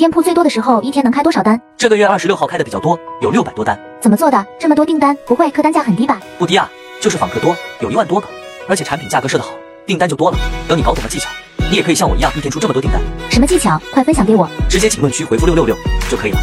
店铺最多的时候一天能开多少单？这个月二十六号开的比较多，有六百多单，怎么做的？这么多订单，不会客单价很低吧？不低啊，就是访客多，有一万多个，而且产品价格设得好，订单就多了。等你搞懂了技巧，你也可以像我一样一天出这么多订单，什么技巧？快分享给我。直接评论区回复六六六就可以了。